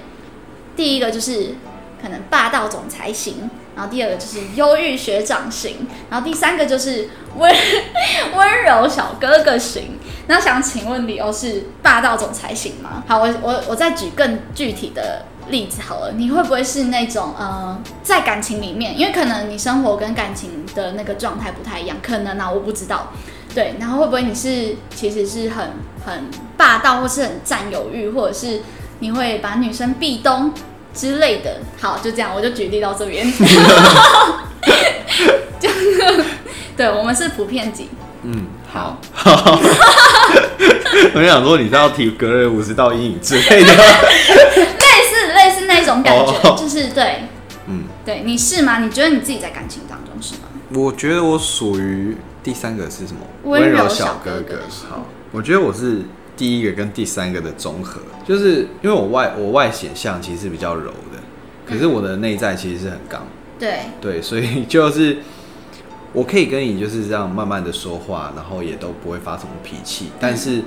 第一个就是可能霸道总裁型，然后第二个就是忧郁学长型，然后第三个就是温 温柔小哥哥型。那想请问李欧是霸道总裁型吗？好，我我我再举更具体的例子好了，你会不会是那种呃，在感情里面，因为可能你生活跟感情的那个状态不太一样，可能啊，我不知道。对，然后会不会你是其实是很很霸道，或是很占有欲，或者是你会把女生壁咚之类的？好，就这样，我就举例到这边。 对，我们是普遍级。
嗯，好， 我想说你是要提格雷五十道阴影之类的，
类似类似那种感觉，
哦
就是对
嗯，
对，你是吗？你觉得你自己在感情当中是吗？
我觉得我属于第三个是什么？
温柔小
小
哥哥
哥
是
好，我觉得我是第一个跟第三个的综合，就是因为我外我外显像其实是比较柔的，可是我的内在其实是很刚。
对，
对，所以 就是我可以跟你就是这样慢慢的说话，然后也都不会发什么脾气，但
嗯
是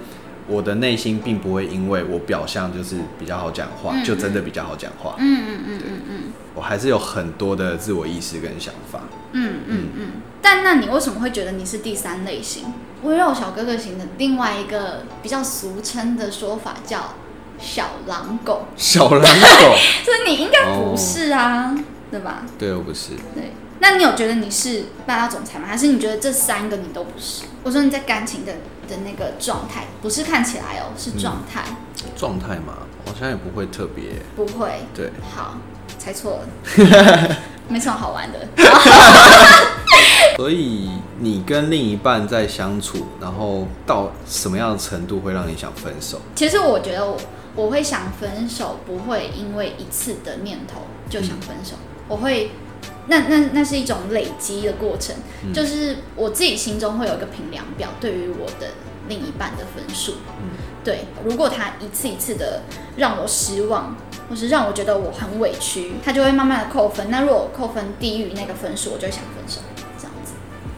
我的内心并不会因为我表象就是比较好讲话，
嗯
就真的比较好讲话，
嗯嗯嗯嗯嗯
我还是有很多的自我意识跟想法。
嗯嗯嗯。但那你为什么会觉得你是第三类型？温柔小哥哥型的另外一个比较俗称的说法叫小狼狗，
小狼狗，
所以你应该不是啊，
哦
对吧？
对，我不是，
对。那你有觉得你是霸道总裁吗？还是你觉得这三个你都不是？我说你在感情的的那个状态，不是看起来哦，是状态，
状态嘛，好像也不会特别，
不会。
对，
好，猜错了， 没什么好玩的。
所以你跟另一半在相处，然后到什么样的程度会让你想分手？
其实我觉得我我会想分手，不会因为一次的念头就想分手，我会那那那是一种累积的过程，
嗯
就是我自己心中会有一个评量表，对于我的另一半的分数。
嗯
对，如果他一次一次的让我失望，或是让我觉得我很委屈，他就会慢慢的扣分。那如果扣分低于那个分数，我就会想分手，这样子。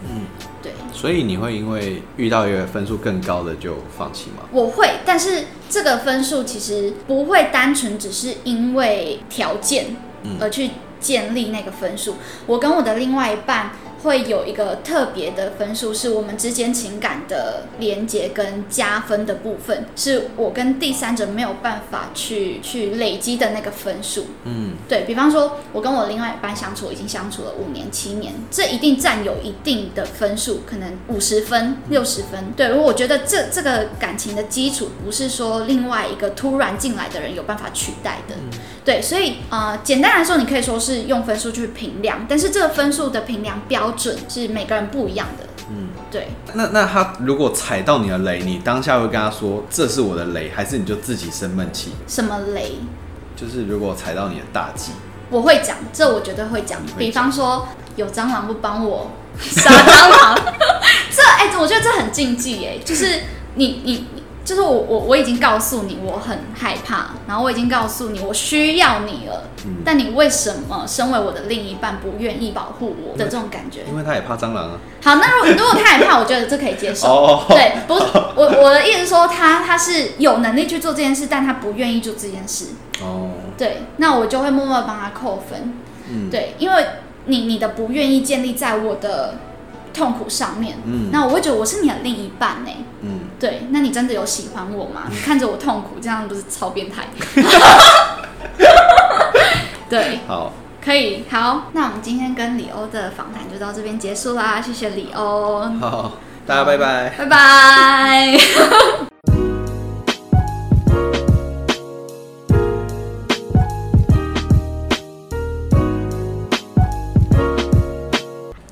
嗯，
对，
所以你会因为遇到一个分数更高的就放弃吗？
我会，但是这个分数其实不会单纯只是因为条件
嗯
而去建立那个分数。我跟我的另外一半会有一个特别的分数，是我们之间情感的连接跟加分的部分，是我跟第三者没有办法去去累积的那个分数。
嗯
对比方说，我跟我另外一半相处已经相处了五年、七年，这一定占有一定的分数，可能五十分、六十分。对，我觉得这这个感情的基础不是说另外一个突然进来的人有办法取代的。对，所以呃，简单来说，你可以说是用分数去评量，但是这个分数的评量标准是每个人不一样的。
嗯，
对，
那那他如果踩到你的雷，你当下会跟他说这是我的雷，还是你就自己生闷气？
什么雷？
就是如果踩到你的大忌，
我会讲，这我绝对会讲
你会。讲
比方说，有蟑螂不帮我杀蟑螂， 这哎、我觉得这很禁忌哎、就是你你就是我我我已经告诉你我很害怕，然后我已经告诉你我需要你了，
嗯，
但你为什么身为我的另一半不愿意保护我的这种感觉？
因为他也怕蟑螂啊。
好，那如果如果他害怕，我觉得这可以接受。
哦
对，不是我我的意思是说他他是有能力去做这件事，但他不愿意做这件事。
哦，
对，那我就会默默帮他扣分。
嗯，，
对，因为你你的不愿意建立在我的痛苦上面，
嗯
那我会觉得我是你的另一半呢、欸
嗯，
对，那你真的有喜欢我吗？你看着我痛苦，这样不是超变态？ 对，
好，
可以，好，那我们今天跟李欧的访谈就到这边结束啦，谢谢李欧，
好，大家拜拜。
拜拜。